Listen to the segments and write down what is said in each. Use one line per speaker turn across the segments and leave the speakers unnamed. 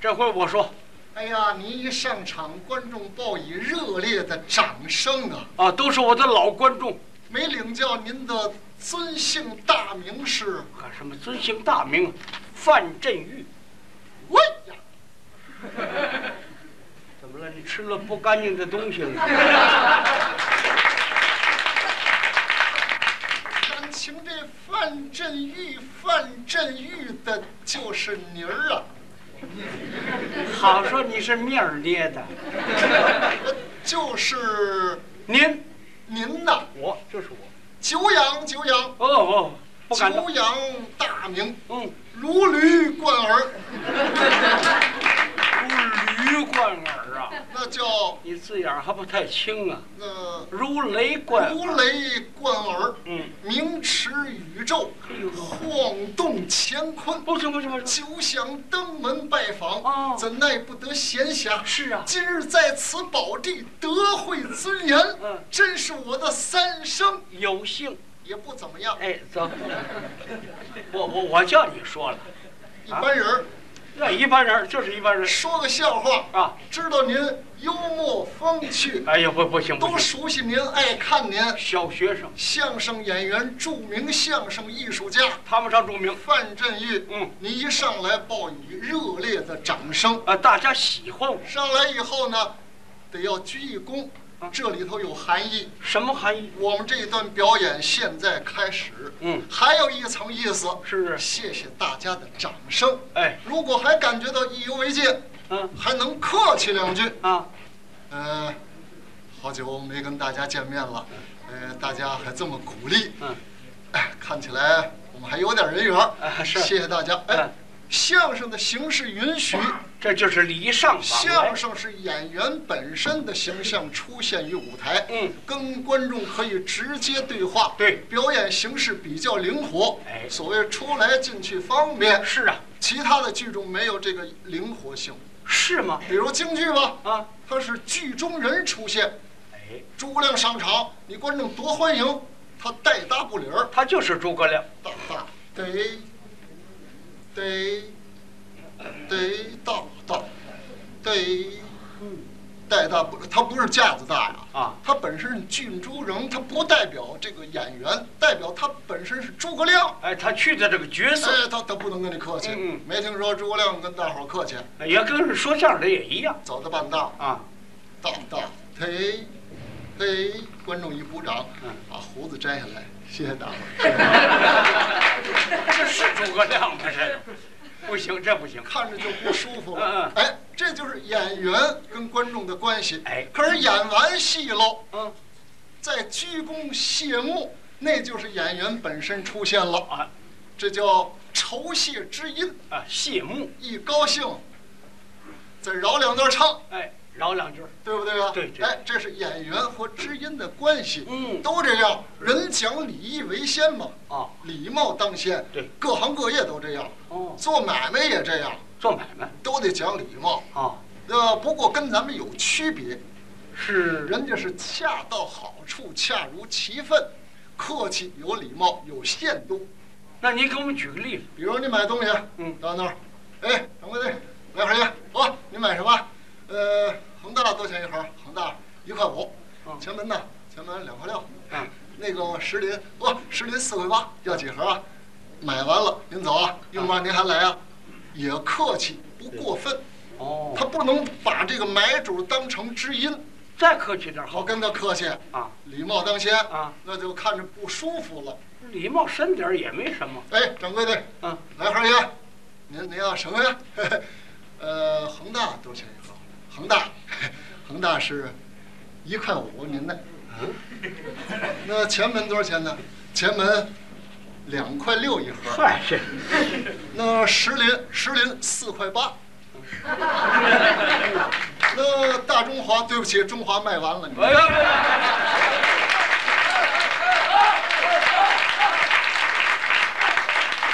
这回我说
哎呀，您一上场，观众报以热烈的掌声啊！
啊，都是我的老观众，
没领教您的尊姓大名是？
啊，什么尊姓大名，范振玉。
喂呀，
怎么了？你吃了不干净的东西了？
感情这范振玉，范振玉的就是您儿啊，
好说你是面儿捏的，
呃就是
您
您呐！
我就是我。
久仰久仰，
哦哦，不敢当
久。仰大名，
嗯，
如驴贯耳，
如驴贯耳啊，
那叫
你字眼儿还不太清啊，
呃
如雷贯耳。
如雷贯耳，
嗯，哎
名驰宇宙，晃动乾坤。
不行不行不行，
久想登门拜访，
哦
怎奈不得闲暇。
是啊
今日在此宝地得会尊严，
嗯
真是我的三生
有幸。
也不怎么样。
哎，走，我我我叫你说了，
一般人
啊
儿
那一般人就是一般人
说个笑话，
啊。
知道您幽默风趣，
哎呀，不不行不行，
都熟悉您，爱看您。
小学生，
相声演员、著名相声艺术家
谈不上著名，
范振玉，
嗯，
您一上来报以热烈的掌声。
啊，大家喜欢我，
上来以后呢，得要鞠一躬
啊，
这里头有含义。
什么含义？
我们这一段表演现在开始，
嗯，
还有一层意思，
是
谢谢大家的掌声。
哎，
如果还感觉到意犹未尽，
嗯
还能客气两句。
啊，
呃，好久没跟大家见面了，呃，大家还这么鼓励，
嗯，
哎，看起来我们还有点人缘儿。
啊是
谢谢大家。哎
嗯，
相声的形式允许，
这就是礼尚往
相
来。
声是演员本身的形象出现于舞台，
嗯，
跟观众可以直接对话，
对
表演形式比较灵活，
哎
所谓出来进去方便，
是啊，
其他的剧种没有这个灵活性，
是吗？
比如京剧吧，
啊，
它是剧中人出现，
哎，
诸葛亮上场，你观众多欢迎，他带搭不理儿，
他就是诸葛亮，
大大得得得大大得带大不，他不是架子大呀
啊
他本身是郡主人，他不代表这个演员，代表他本身是诸葛亮。
哎，他去的这个角色
哎，他他不能跟你客气，
嗯嗯
没听说诸葛亮跟大伙儿客气，
也跟说相声的也一样
走的半道，
啊。
大大得得，观众一鼓掌
嗯，
把胡子摘下来，谢谢大伙儿。
这是诸葛亮吗？这不行，这不行。
看着就不舒服
嗯
了
嗯。
哎，这就是演员跟观众的关系。
哎
可是演完戏喽，
嗯
再鞠躬谢幕，那就是演员本身出现了，
啊
这叫酬谢之音。
啊，谢幕，
一高兴，再饶两段唱，
哎，饶两句儿。
对不对啊？
对对
哎，这是演员和知音的关系。
嗯
都这样，人讲礼义为先嘛。
啊，
礼貌当先。
对
各行各业都这样，
哦，
做买卖也这样，
做买卖
都得讲礼貌。
啊，
呃，不过跟咱们有区别，
是
人家是恰到好处，恰如其分，客气有礼貌，有限度。
那您给我们举个例子，
比如你买东西，
嗯
到那儿，哎，掌柜的，来盒烟，走，你买什么？呃，恒大多少钱一盒？恒大一块五
嗯。
前门呢？前门两块六。
嗯，
那个石林，哦，石林四块八，要几盒啊？买完了，您走啊，用完您还来啊？
嗯
也客气，不过分，
哦
他不能把这个买主当成知音。
再客气点儿
好
好
跟他客气，
啊，
礼貌当先
啊，
那就看着不舒服了。
礼貌深点儿也没什么
哎，掌柜的，
啊。
来盒烟，您您要什么呀？ 呃，恒大多少钱一盒？恒大， 恒大是一块五，您呢？ 那前门多少钱呢？前门两块六一盒。
嗨，这
那石林，石林四块八。那大中华，对不起，中华卖完了，你们
哎呀，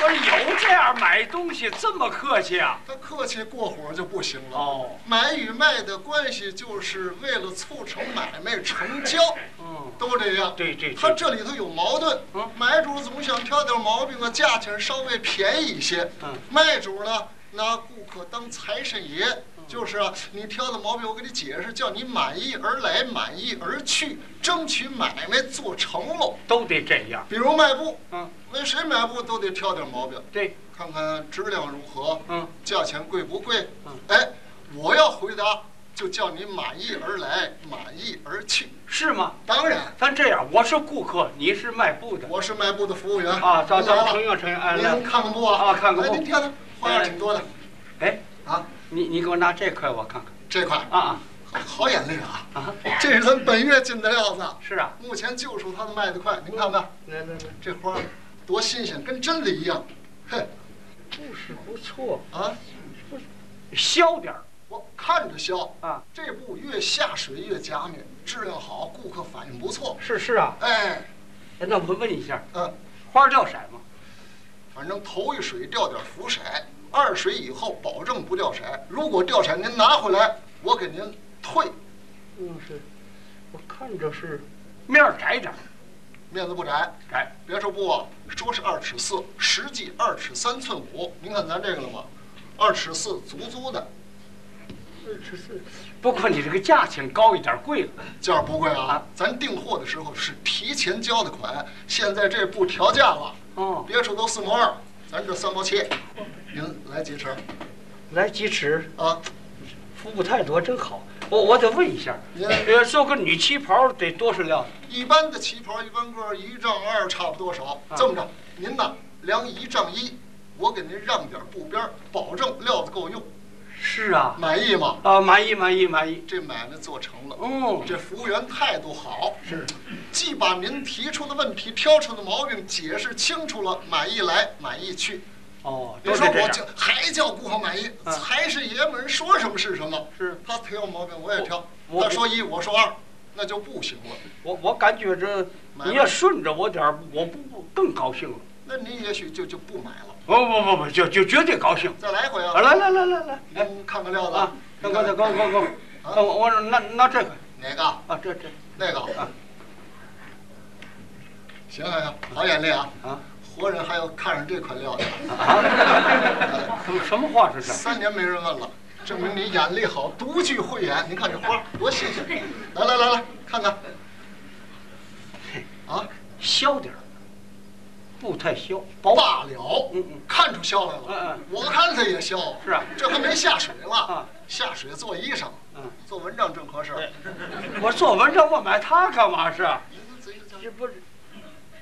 不是有这样买东西这么客气啊？
他客气过火就不行了。
哦，
买与卖的关系就是为了促成买卖成交，
嗯，
都这样。
对对对
他这里头有矛盾
嗯。
买主总想挑点毛病啊，价钱稍微便宜一些。
嗯
卖主呢，拿顾可当财神爷。就是啊，你挑的毛病我给你解释，叫你满意而来，满意而去，争取买卖做成喽。
都得这样。
比如卖布，
嗯，
为谁买布都得挑点毛病，
对，
看看质量如何，
嗯，
价钱贵不贵
嗯？
哎，我要回答就叫你满意而来，满意而去。
是吗？
当然，
咱这样，我是顾客，你是卖布的
我是卖布的服务员
啊。咱
您
咱
来了
承认承认，哎，
您
来，
看看布啊？
啊看看布
哎您挑的花样挺多的
哎，
啊。
你你给我拿这块我看看
这块
啊
好眼力啊！
啊啊！
这是咱本月进的料子，
是啊，
目前就属它的卖得快。您看看
来来来，
这花儿多新鲜，跟真的一样。嘿
故事不错，
啊，
削点儿
我看着削，
啊，
这布越下水越夹面，质量好，顾客反应不错。
是是啊。
哎，
哎那我们问一下，
嗯、
花儿掉色吗？
反正头一水掉点浮色，二水以后保证不掉色。如果掉色，您拿回来，我给您退，
嗯是，我看着是面儿窄点儿，
面子不窄。
窄
别说布啊，说是二尺四，实际二尺三寸五。您看咱这个了吗？二尺四，足足的，
二十四。不过你这个价钱高一点儿，贵了。
价不贵啊
啊。
咱订货的时候是提前交的款，现在这布调价了，
哦，
别处都四毛二，咱这三毛七。您来几尺
来几尺，
啊？
服务态度真好。我我得问一下，呃，做个女旗袍得多少料？
一般的旗袍一般个儿一丈二，差不多少？
啊
这么着，您呐量一丈一，我给您让点布边儿，保证料子够用，
是啊，
满意吗？
啊，满意满意满意。
这买卖做成了。
哦，
这服务员态度好，是，既把您提出的问题、挑出的毛病解释清楚了，满意来，满意去。
哦，
别
都是
说
这
我
样。
就还叫顾客满意，
嗯
财神爷们儿说什么是什么。
是
他挑毛病我也挑，
我
他说一我说二，那就不行了。
我我感觉这你要顺着我点儿，我不不更高兴了。
那您也许就就不买了，
不不不不，就就绝对高兴。
再来一回
啊，
啊。
来来来来来，来
您看看料子
啊，
您
那
看
我再给我给我给我，啊我我说那那这个
哪个啊
啊这这
那个
啊。
行行行，好眼力啊！
啊
活人还要看上这款料子。
啊，什么什么话是这？
三年没人问了，证明你眼力好，独具慧眼。您看这花儿多新鲜！来来来来，看看。啊，
削点儿，不太削。
罢了
嗯嗯，
看出削来
嗯
了
嗯。
我看它也削。
是啊
这还没下水了
啊。
下水做衣裳，
嗯，
做文章正合适。
我做文章我买它干嘛是？
您这这
这不是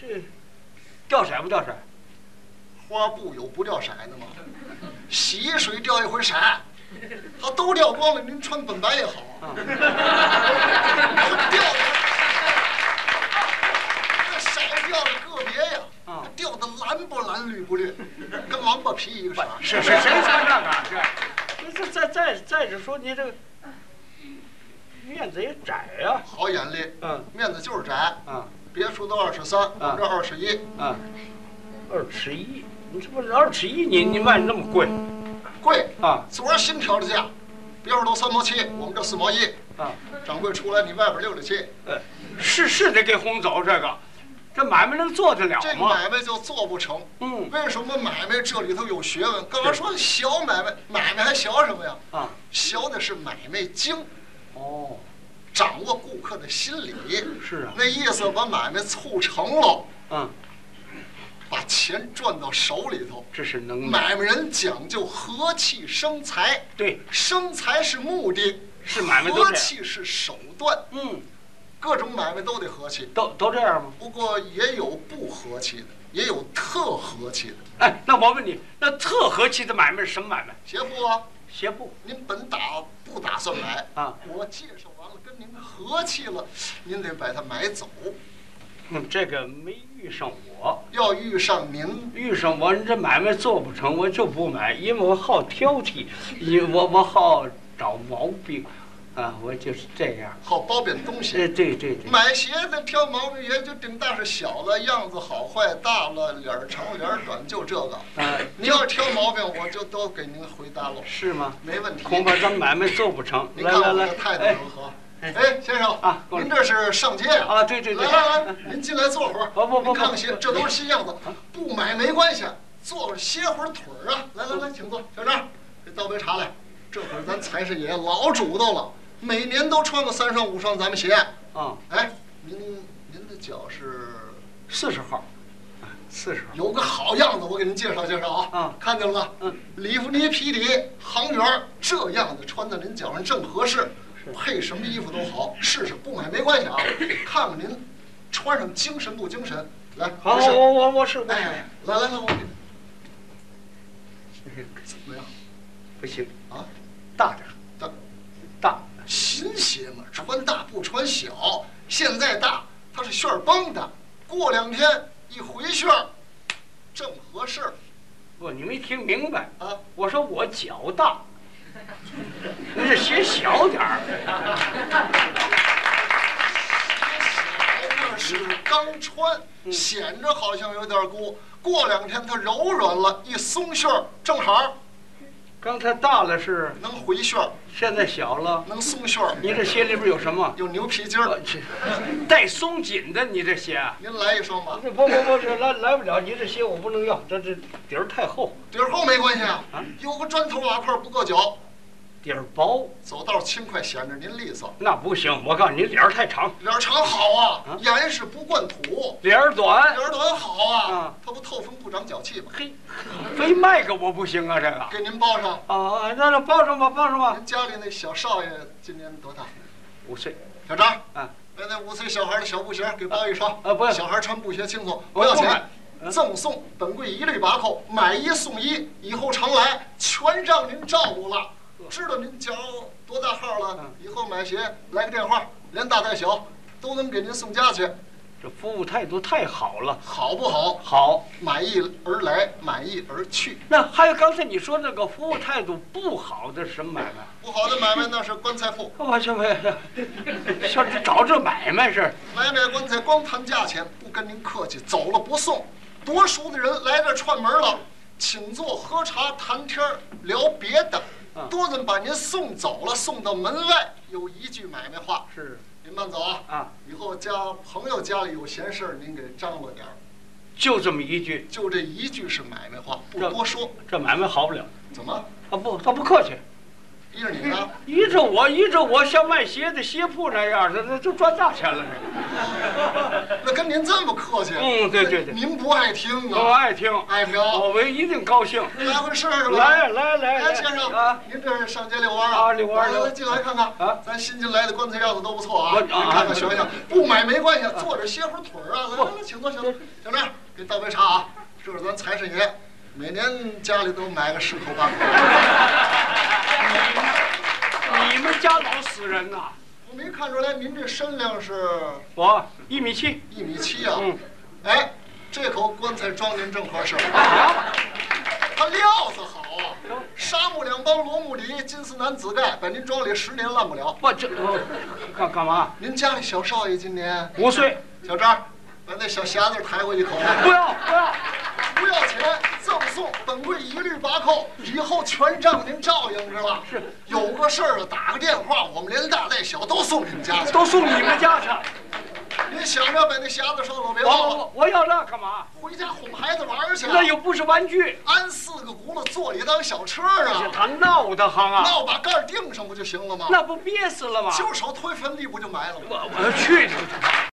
这掉色不掉色？
花布有不掉色的吗？洗水掉一回色，它都掉光了。您穿本白也好。
啊
掉的，这色掉的个别呀，
啊
掉的蓝不蓝，绿不绿，跟王八皮一个色儿。
是是，谁穿这个？啊这这再再再者说，你这个面子也窄啊呀、
好眼力，
嗯
面子就是窄，
啊
别处都二十三，我们这二十一，
啊，二尺一，你这不是二尺一，你你卖那么贵
贵。
啊
昨儿新调的价，别处都三毛七，我们这四毛一。
啊？
掌柜出来，你外边溜溜去，
呃，是是得给轰走这个，这买卖能做得了
这个
吗？
买卖就做不成。
嗯
为什么买卖这里头有学问？刚才说小买卖，买卖还学什么呀？
啊
学的是买卖精。
哦
掌握顾客的心理。
是啊
那意思把买卖促成了，
嗯，
把钱赚到手里头。
这是能耐，
买卖人讲究和气生财，
对，
生财是目的，
是买卖都这
和
样
气是手段，
嗯，
各种买卖都得和气。
都都这样吗？
不过也有不和气的，也有特和气的。
哎，那我问你，那特和气的买卖是什么买卖？
邪父啊，
鞋布
您本打不打算买
啊？
我介绍完了，跟您和气了，您得把它买走。
嗯，这个没遇上我。
要遇上您
遇上我，你这买卖做不成，我就不买，因为我好挑剔，因我我好找毛病，啊，我就是这样。
好包贬东西
哎，。对对对，
买鞋子挑毛病也就顶大是小了，样子好坏大了，脸儿长脸儿短，就这个。
啊，
您要是挑毛病，我就都给您回答了，
是吗？
没问题。
恐怕咱买卖做不成。
您
来
看
来
我
来
这，态度
哎，
如
哎
何？哎，先生
啊过来
您这是上街啊？
啊对对对
来来来，您进来坐会儿。
不不不
您看看鞋
不，
这都是啊新样子，不买没关系，坐会儿歇会儿腿儿啊。来来来，请坐，小张，给倒杯茶来。这会儿咱财神爷老主动了，每年都穿个三双五双咱们鞋。
啊，
哎，您您的脚是
四十号，啊四十号，
有个好样子，我给您介绍介绍啊。
啊
看见了吧？
嗯，
里弗尼皮底行员儿这样的穿在您脚上正合适，配什么衣服都好，试试不买没关 系啊。看看您穿上精神不精神？来，
好，
没事
我我我是我
哎，来来来，我给你
是，
怎么样
不行，
啊？
大点儿，
大
大，
新鞋嘛，穿大不穿小。现在大，它是旋儿绷的，过两天一回旋儿，正合适
不，你没听明白，
啊。
我说我脚大，你得鞋小点儿，
那是刚穿，显着好像有点鼓。过两天它柔软了，一松旋儿，正好
刚才大了是，
能回旋儿，
现在小了，
能松旋儿，
你这鞋里边有什么？
有牛皮筋儿
我。去，带松紧的，你这鞋啊。
您来一双吧，
这不不不，这来来不了，你这鞋我不能要，这这底儿太厚，
底儿厚没关系啊
啊，
有个砖头瓦块儿不够脚，
底儿薄，
走道轻快，显着您利索。
那不行。我告诉你，脸儿太长，
脸儿长好啊
啊，
严实不灌土，
脸儿短
脸，儿短好啊
啊，
它不透风不长脚气吗？
嘿， 非卖给我不行啊，这个。
给您包上。
啊，那那帮上吧，帮上吧。
您家里那小少爷今年多大？
五岁，
小张，
啊，
来那五岁小孩的小布鞋给包一双
啊不要
小孩穿布鞋轻松，
不
不要钱
买，嗯
赠送，本柜一律八扣，买一送一，以后常来，全让您照顾了。知道您脚多大号了
嗯，
以后买鞋来个电话，连大带小都能给您送家去，
这服务态度太好了。
好不好？
好，
满意而来，满意而去。
那还有刚才你说那个服务态度不好的是什么买卖？
不好的买卖那是棺材铺，
我去， 我像这找这买卖是
买买棺材光谈价钱，不跟您客气，走了不送。多熟的人来这儿串门了，请坐喝茶谈天儿聊别的
嗯。
多人把您送走了，送到门外，有一句买卖话
是：“
您慢走啊，
啊，
以后家朋友家里有闲事儿，您给张罗点儿。
就这么一句，”
就这一句是买卖话，不
这
多说。
这买卖好不了。
怎么？
啊不，他不客气，
依着你 呢？
依着我，依着我像卖鞋的鞋铺那样的，那就赚大钱了。这
那跟您这么客气？
嗯对对哦哎对
您不爱听
个我
啊？
爱听，
爱听。
我唯一定高兴。
来回试试吧。
来来来
哎，先生，
啊，
您这是上街遛弯儿
啊遛弯儿
来
遛
来，进来看看
啊
咱新进来的棺材料子都不错啊，
我
您
啊
看看
啊
学学，不买没关系，坐着歇会儿腿儿啊。来来来，请坐，请坐，小张，给倒杯茶啊。这是咱财神爷，每年家里都买个十口 八口。
你们家老死人呐！
我没看出来您这身量是
我一米七，
一米七啊
嗯。
哎，这口棺材装您正 合适。
啊，
它料子好啊，沙木两帮，罗木里，金丝楠紫盖，把您装里十年烂不了。
我这我干干嘛？
您家里小少爷今年？
五岁，
小张，把那小匣子抬回一口，
不要不要，
不要钱，赠送，本柜一律八扣，以后全仗您照应着了。
是，
有个事儿打个电话，我们连大带小都送你们家去。
都送你们家去。
您想着把那匣子收了，别
我
忘了
我我要那干嘛？
回家哄孩子玩儿去。
那又不是玩具，
安四个轱辘坐里当小车
这
啊，
他闹得慌啊！
闹把盖儿钉上不就行了吗？
那不憋死了吗？
就手推坟地不就埋了吗？
我我去你的！